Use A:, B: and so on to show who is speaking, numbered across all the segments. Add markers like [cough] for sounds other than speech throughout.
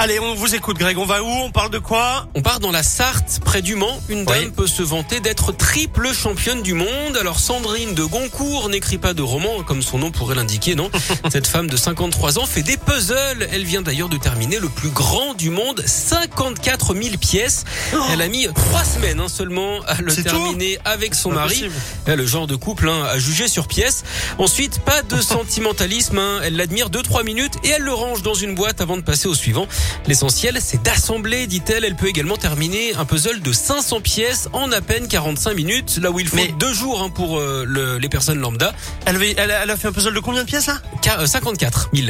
A: Allez, on vous écoute Greg, on va où On parle de quoi
B: On part dans la Sarthe, près du Mans. Une dame
A: Oui.
B: peut se vanter d'être triple championne du monde. Alors Sandrine de Goncourt n'écrit pas de roman, comme son nom pourrait
A: [laughs]
B: l'indiquer, non Cette femme de 53 ans fait des puzzles. Elle vient d'ailleurs de terminer le plus grand du monde, 54 000 pièces. Elle a mis trois semaines hein, seulement à le
A: Oh C'est tout
B: terminer avec son
A: Pas
B: mari.
A: possible.
B: Eh, Le genre de couple hein, à juger sur pièce. Ensuite,
A: [laughs]
B: pas de sentimentalisme. hein. Elle l'admire 2-3 minutes et elle le range dans une boîte avant de passer au suivant. L'essentiel, c'est d'assembler, dit-elle. Elle peut également terminer un puzzle de 500 pièces en à peine 45 minutes, là où il faut
A: Mais-
B: deux jours hein, pour euh, le- les personnes lambda.
A: Elle, avait- elle a- elle a fait un puzzle de combien de pièces là
B: Ca- euh, 54 000.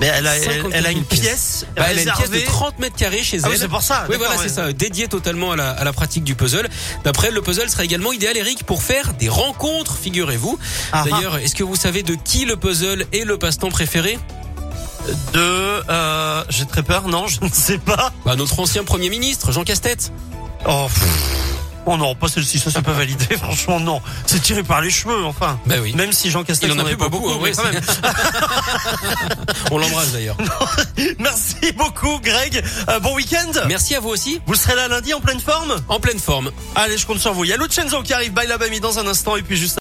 A: Mais elle a, elle, elle a
B: 54 000
A: une
B: pièces.
A: pièce
B: Bah, elle a une
A: réservée.
B: pièce de 30 mètres carrés chez
A: Ah oui,
B: elle.
A: c'est pour ça.
B: Oui,
A: d'accord,
B: voilà, c'est
A: ouais.
B: ça, dédié totalement à la, à la pratique du puzzle. D'après elle, le puzzle sera également idéal, Eric, pour faire des rencontres, figurez-vous.
A: Ah,
B: D'ailleurs, est-ce que vous savez de qui le puzzle est le passe-temps préféré
A: De, euh, j'ai très peur. Non, je [laughs] ne sais pas.
B: bah, Notre ancien Premier ministre, Jean Castex.
A: Oh. pff. Oh non, pas celle-ci, ça c'est pas validé, [laughs] franchement non. C'est tiré par les cheveux, enfin.
B: Ben oui.
A: Même si Jean Castex
B: Il en a
A: avait
B: plus
A: pas
B: beaucoup, hein,
A: mais
B: ouais,
A: quand même.
B: [laughs] On l'embrasse d'ailleurs.
A: [laughs] Merci beaucoup Greg, Euh, bon week-end
B: Merci à vous aussi.
A: Vous serez là lundi en pleine forme
B: En pleine forme.
A: Allez, je compte sur vous. Il y a Lucenzo qui arrive, by la Bami dans un instant, et puis juste